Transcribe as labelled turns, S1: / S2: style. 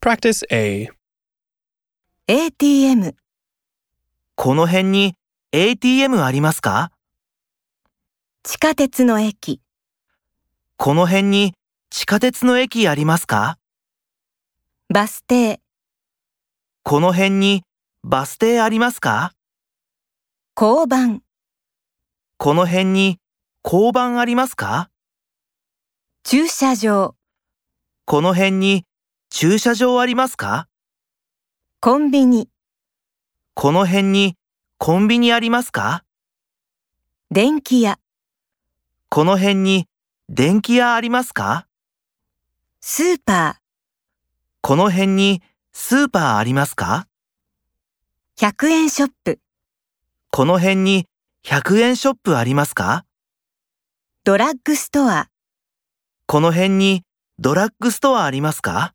S1: Practice A.
S2: ATM、
S3: この辺に ATM ありますか
S2: 地下鉄の駅、
S3: この辺に地下鉄の駅ありますか
S2: バス停、
S3: この辺にバス停ありますか
S2: 交番、
S3: この辺に交番ありますか
S2: 駐車場、
S3: この辺に駐車場ありますか
S2: コンビニ、
S3: この辺にコンビニありますか
S2: 電気屋、
S3: この辺に電気屋ありますか
S2: スーパ
S3: この辺にスーパーありますか
S2: ー、100円ショップ、
S3: この辺に100円ショップありますか
S2: ドラッグストア。
S3: この辺にドラッグストアありますか